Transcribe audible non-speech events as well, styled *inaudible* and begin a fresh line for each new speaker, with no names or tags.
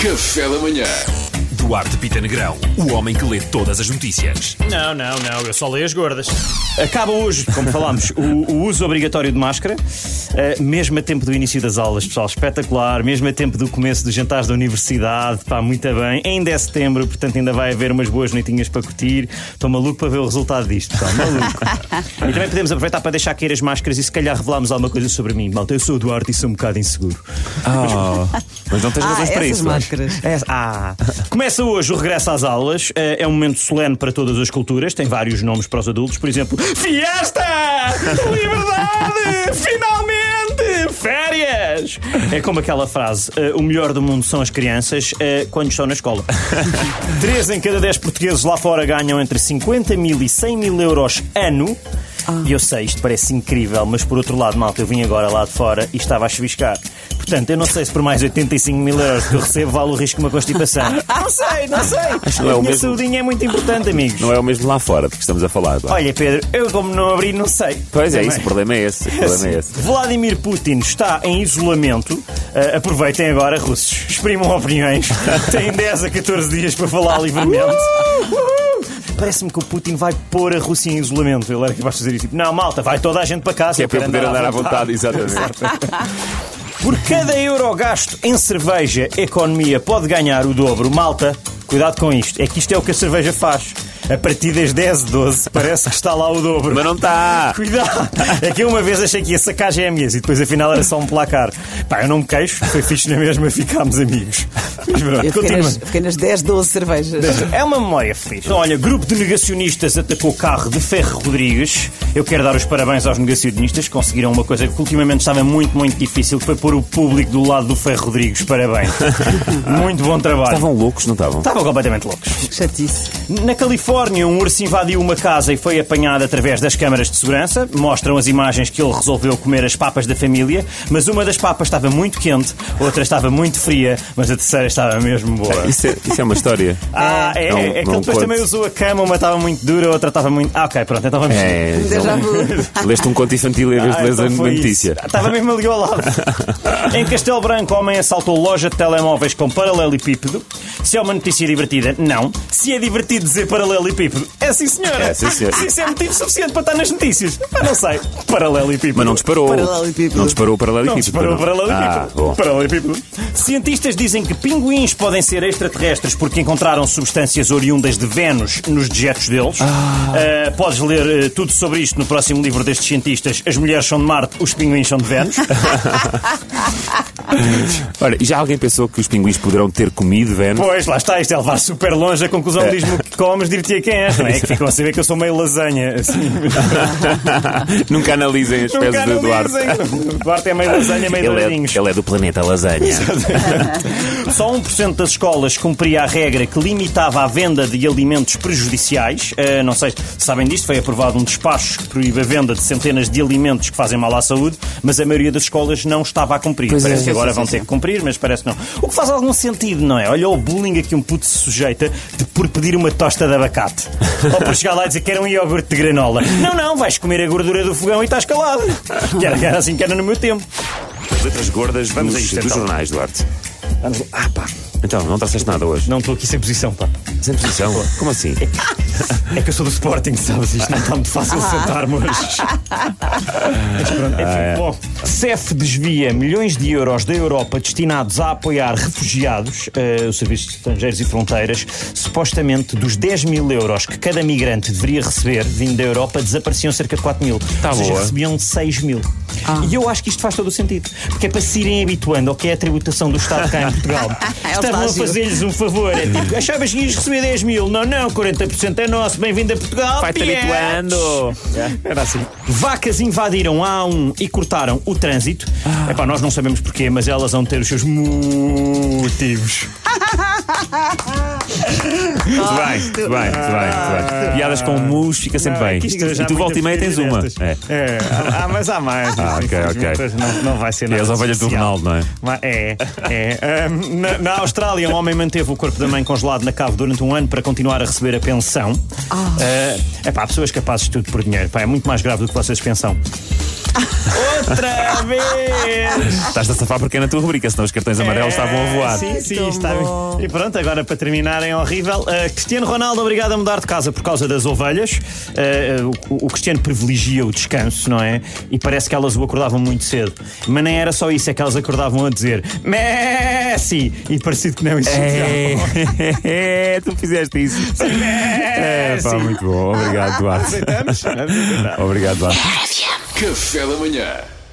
Café da Manhã.
Duarte Pita Negrão, o homem que lê todas as notícias.
Não, não, não, eu só leio as gordas.
Acaba hoje, como falámos, o, o uso obrigatório de máscara, eh, mesmo a tempo do início das aulas, pessoal, espetacular, mesmo a tempo do começo dos jantares da universidade, pá, muito bem. Ainda é setembro, portanto ainda vai haver umas boas noitinhas para curtir. Estou maluco para ver o resultado disto, pessoal, maluco. e também podemos aproveitar para deixar cair as máscaras e se calhar revelarmos alguma coisa sobre mim. Malta, eu sou o Duarte e sou um bocado inseguro.
Mas não tens
Ah,
razões para
essas
isso. Vasco.
máscaras.
É, ah. Começa hoje o regresso às aulas. Eh, É um momento solene para todas as culturas. Tem vários nomes para os adultos. Por exemplo, Fiesta! Liberdade! Finalmente! Férias! É como aquela frase: eh, o melhor do mundo são as crianças eh, quando estão na escola. *laughs* Três em cada dez portugueses lá fora ganham entre 50 mil e 100 mil euros ano. E eu sei, isto parece incrível, mas por outro lado, malta, eu vim agora lá de fora e estava a chuviscar. Portanto, eu não sei se por mais 85 mil euros que eu recebo vale o risco de uma constipação. *laughs* Não sei, não sei.
não é
a
o
minha
mesmo.
saudinha é muito importante, amigos.
Não é o mesmo lá fora de que estamos a falar. Vasco.
Olha, Pedro, eu como não abri, não sei.
Pois é,
Também.
isso, o problema é esse. O problema é esse.
Vladimir Putin está em isolamento. Uh, aproveitem agora, russos. Exprimam
*laughs*
opiniões. Têm 10 a 14 dias para falar livremente. Uhul! Parece-me que o Putin vai pôr a Rússia em isolamento. Ele era que vai fazer isso. Tipo, não, malta, vai toda a gente para casa.
*laughs* Que é para eu
quero
poder andar à vontade, exatamente.
Por cada euro gasto em cerveja, a economia pode ganhar o dobro. Malta, cuidado com isto. É que isto é o que a cerveja faz. A partir das 10, 12, parece que está lá o dobro.
Mas não tá. está.
Cuidado! *laughs* É que eu uma vez achei que ia sacar GMEs e depois afinal era só um placar. Pá, eu não me queixo, foi fixe na mesma, ficámos amigos. Mas pronto,
Eu fiquei
continua.
nas, fiquei nas 10, 12 cervejas.
É uma memória feliz. Então, olha, grupo de negacionistas atacou o carro de Ferro Rodrigues. Eu quero dar os parabéns aos negacionistas, conseguiram uma coisa que ultimamente estava muito, muito difícil, que foi pôr o público do lado do Ferro Rodrigues. Parabéns. *laughs* muito bom trabalho.
Estavam loucos, não estavam?
Estavam completamente loucos.
Chatice.
Na Califórnia, um urso invadiu uma casa e foi apanhado através das câmaras de segurança. Mostram as imagens que ele resolveu comer as papas da família, mas uma das papas estava muito quente, outra estava muito fria, mas a terceira estava mesmo boa.
Isso é, isso é uma história.
Ah, é,
Não-
é, que ele
não
depois
pode.
também usou a cama, uma estava muito dura, a outra estava muito. Ah, ok, pronto, então vamos.
É, isso é
Déjà
um-
vu.
*laughs* Leste um conto infantil em vez de
Ah,
ler
então
uma
foi isso.
notícia.
Estava mesmo ali
*laughs*
ao lado. em Castelo Branco, homem assaltou loja de telemóveis com paralelepípedo. Se é uma notícia divertida, não. Se é divertido dizer paralelepípedo, é sim, senhora.
É, sim, senhora.
Se isso é motivo suficiente para estar nas notícias, eu não sei. Paralelepípedo.
Mas não disparou.
Paralelepípedo.
Não disparou o paralelepípedo.
Não disparou
pois não? Ah, bom.
paralelepípedo. Paralelepípedo. Cientistas dizem que pinguins podem ser extraterrestres porque encontraram substâncias oriundas de Vênus nos dejetos deles. Ah, podes ler eh, tudo sobre isto no próximo livro destes cientistas. As mulheres são de Marte, os pinguins são
*laughs*
de Vênus.
Olha, e já alguém pensou que os pinguins poderão ter comido Vênus?
pois, lá está, isto é levar super longe. A conclusão diz-me o que comes, dir-te quem és. Não é que ficam a saber que eu sou meio lasanha. Assim,
*laughs* Nunca analisem as
nunca
peças de Eduardo.
analisem. Duarte é meio lasanha, meio
Ele é,
douradinhos.
ele é do planeta Lasanha.
Só 1% das escolas cumpria a regra que limitava a venda de alimentos prejudiciais. Eh, não sei se sabem disto, foi aprovado um despacho que proíbe a venda de centenas de alimentos que fazem mal à saúde, mas a maioria das escolas não estava a cumprir. parece que agora vão ter que cumprir, mas parece que não. O que faz algum sentido, não é? Olha o bullying a que um puto se sujeita de, por pedir uma tosta de *laughs* abacate. Ou por chegar lá e dizer que era um iogurte de granola. Não, não, vais comer a gordura do fogão e estás calado. Que era, que era assim que era no meu tempo.
Letras gordas
Vamos
dos,
a isto,
dos
então.
jornais, Duarte. Ah, pá. Então, não trouxeste nada hoje.
Não estou aqui sem posição, pá.
Sem posição. Como assim?
É que eu sou do Sporting, sabes? Isto não está muito fácil sentar-me hoje. Mas pronto, enfim, bom. CEF desvia milhões de euros da Europa destinados a apoiar refugiados, eh, o Serviço de Estrangeiros e Fronteiras. Supostamente, dos 10 mil euros que cada migrante deveria receber vindo da Europa, desapareciam cerca de 4 mil. Tá Ou seja,
boa.
recebiam 6 mil. E eu acho que isto faz todo o sentido. Porque é para se irem habituando ao que é a tributação do Estado cá em Portugal.
É o
Estavam a
estágio.
fazer lhes um favor. É tipo, achavas que ias receber 10 mil? Não, não, 40% é nosso. Bem-vindo a Portugal.
Vai-te
Pietz.
habituando.
Era assim. Vacas invadiram a A1 e cortaram o trânsito. Epá, nós não sabemos porquê, mas elas vão ter os seus motivos.
Muito bem,
Ah.
muito bem, muito bem, muito bem. Piadas com mus fica sempre
Não, é
bem.
que isto já
E tu
há
volta e meia
muitas
tens uma.
destas.
É.
É, há- há- mas há mais.
Ah, ok,
Infelizmente,
ok.
Não, não vai ser
É
nada.
as ovelhas do
especial.
Ronaldo, não é?
Mas É, é. Ahm, na, na Austrália, um homem manteve o corpo da mãe congelado na cave durante um
Ah.
Ah, ano para continuar a receber a pensão. é pá, pessoas capazes de tudo por dinheiro. Pá, é muito mais grave do que que vocês pensam.
*laughs* Outra vez!
Estás a safar porque é na tua rubrica, senão os cartões amarelos estavam a voar.
Sim, sim,
tão
está
bom.
E pronto, agora para terminarem, horrível. Uh, Cristiano Ronaldo, obrigado a mudar de casa por causa das ovelhas. Uh, uh, o, o Cristiano privilegia o descanso, não é? E parece que elas o acordavam muito cedo. Mas nem era só isso, é que elas acordavam a dizer Messi! E parecido que não existia.
É, *laughs* tu fizeste isso. É, pá,
é
muito bom. Obrigado, Duarte. Obrigado, Duarte.
Café da manhã.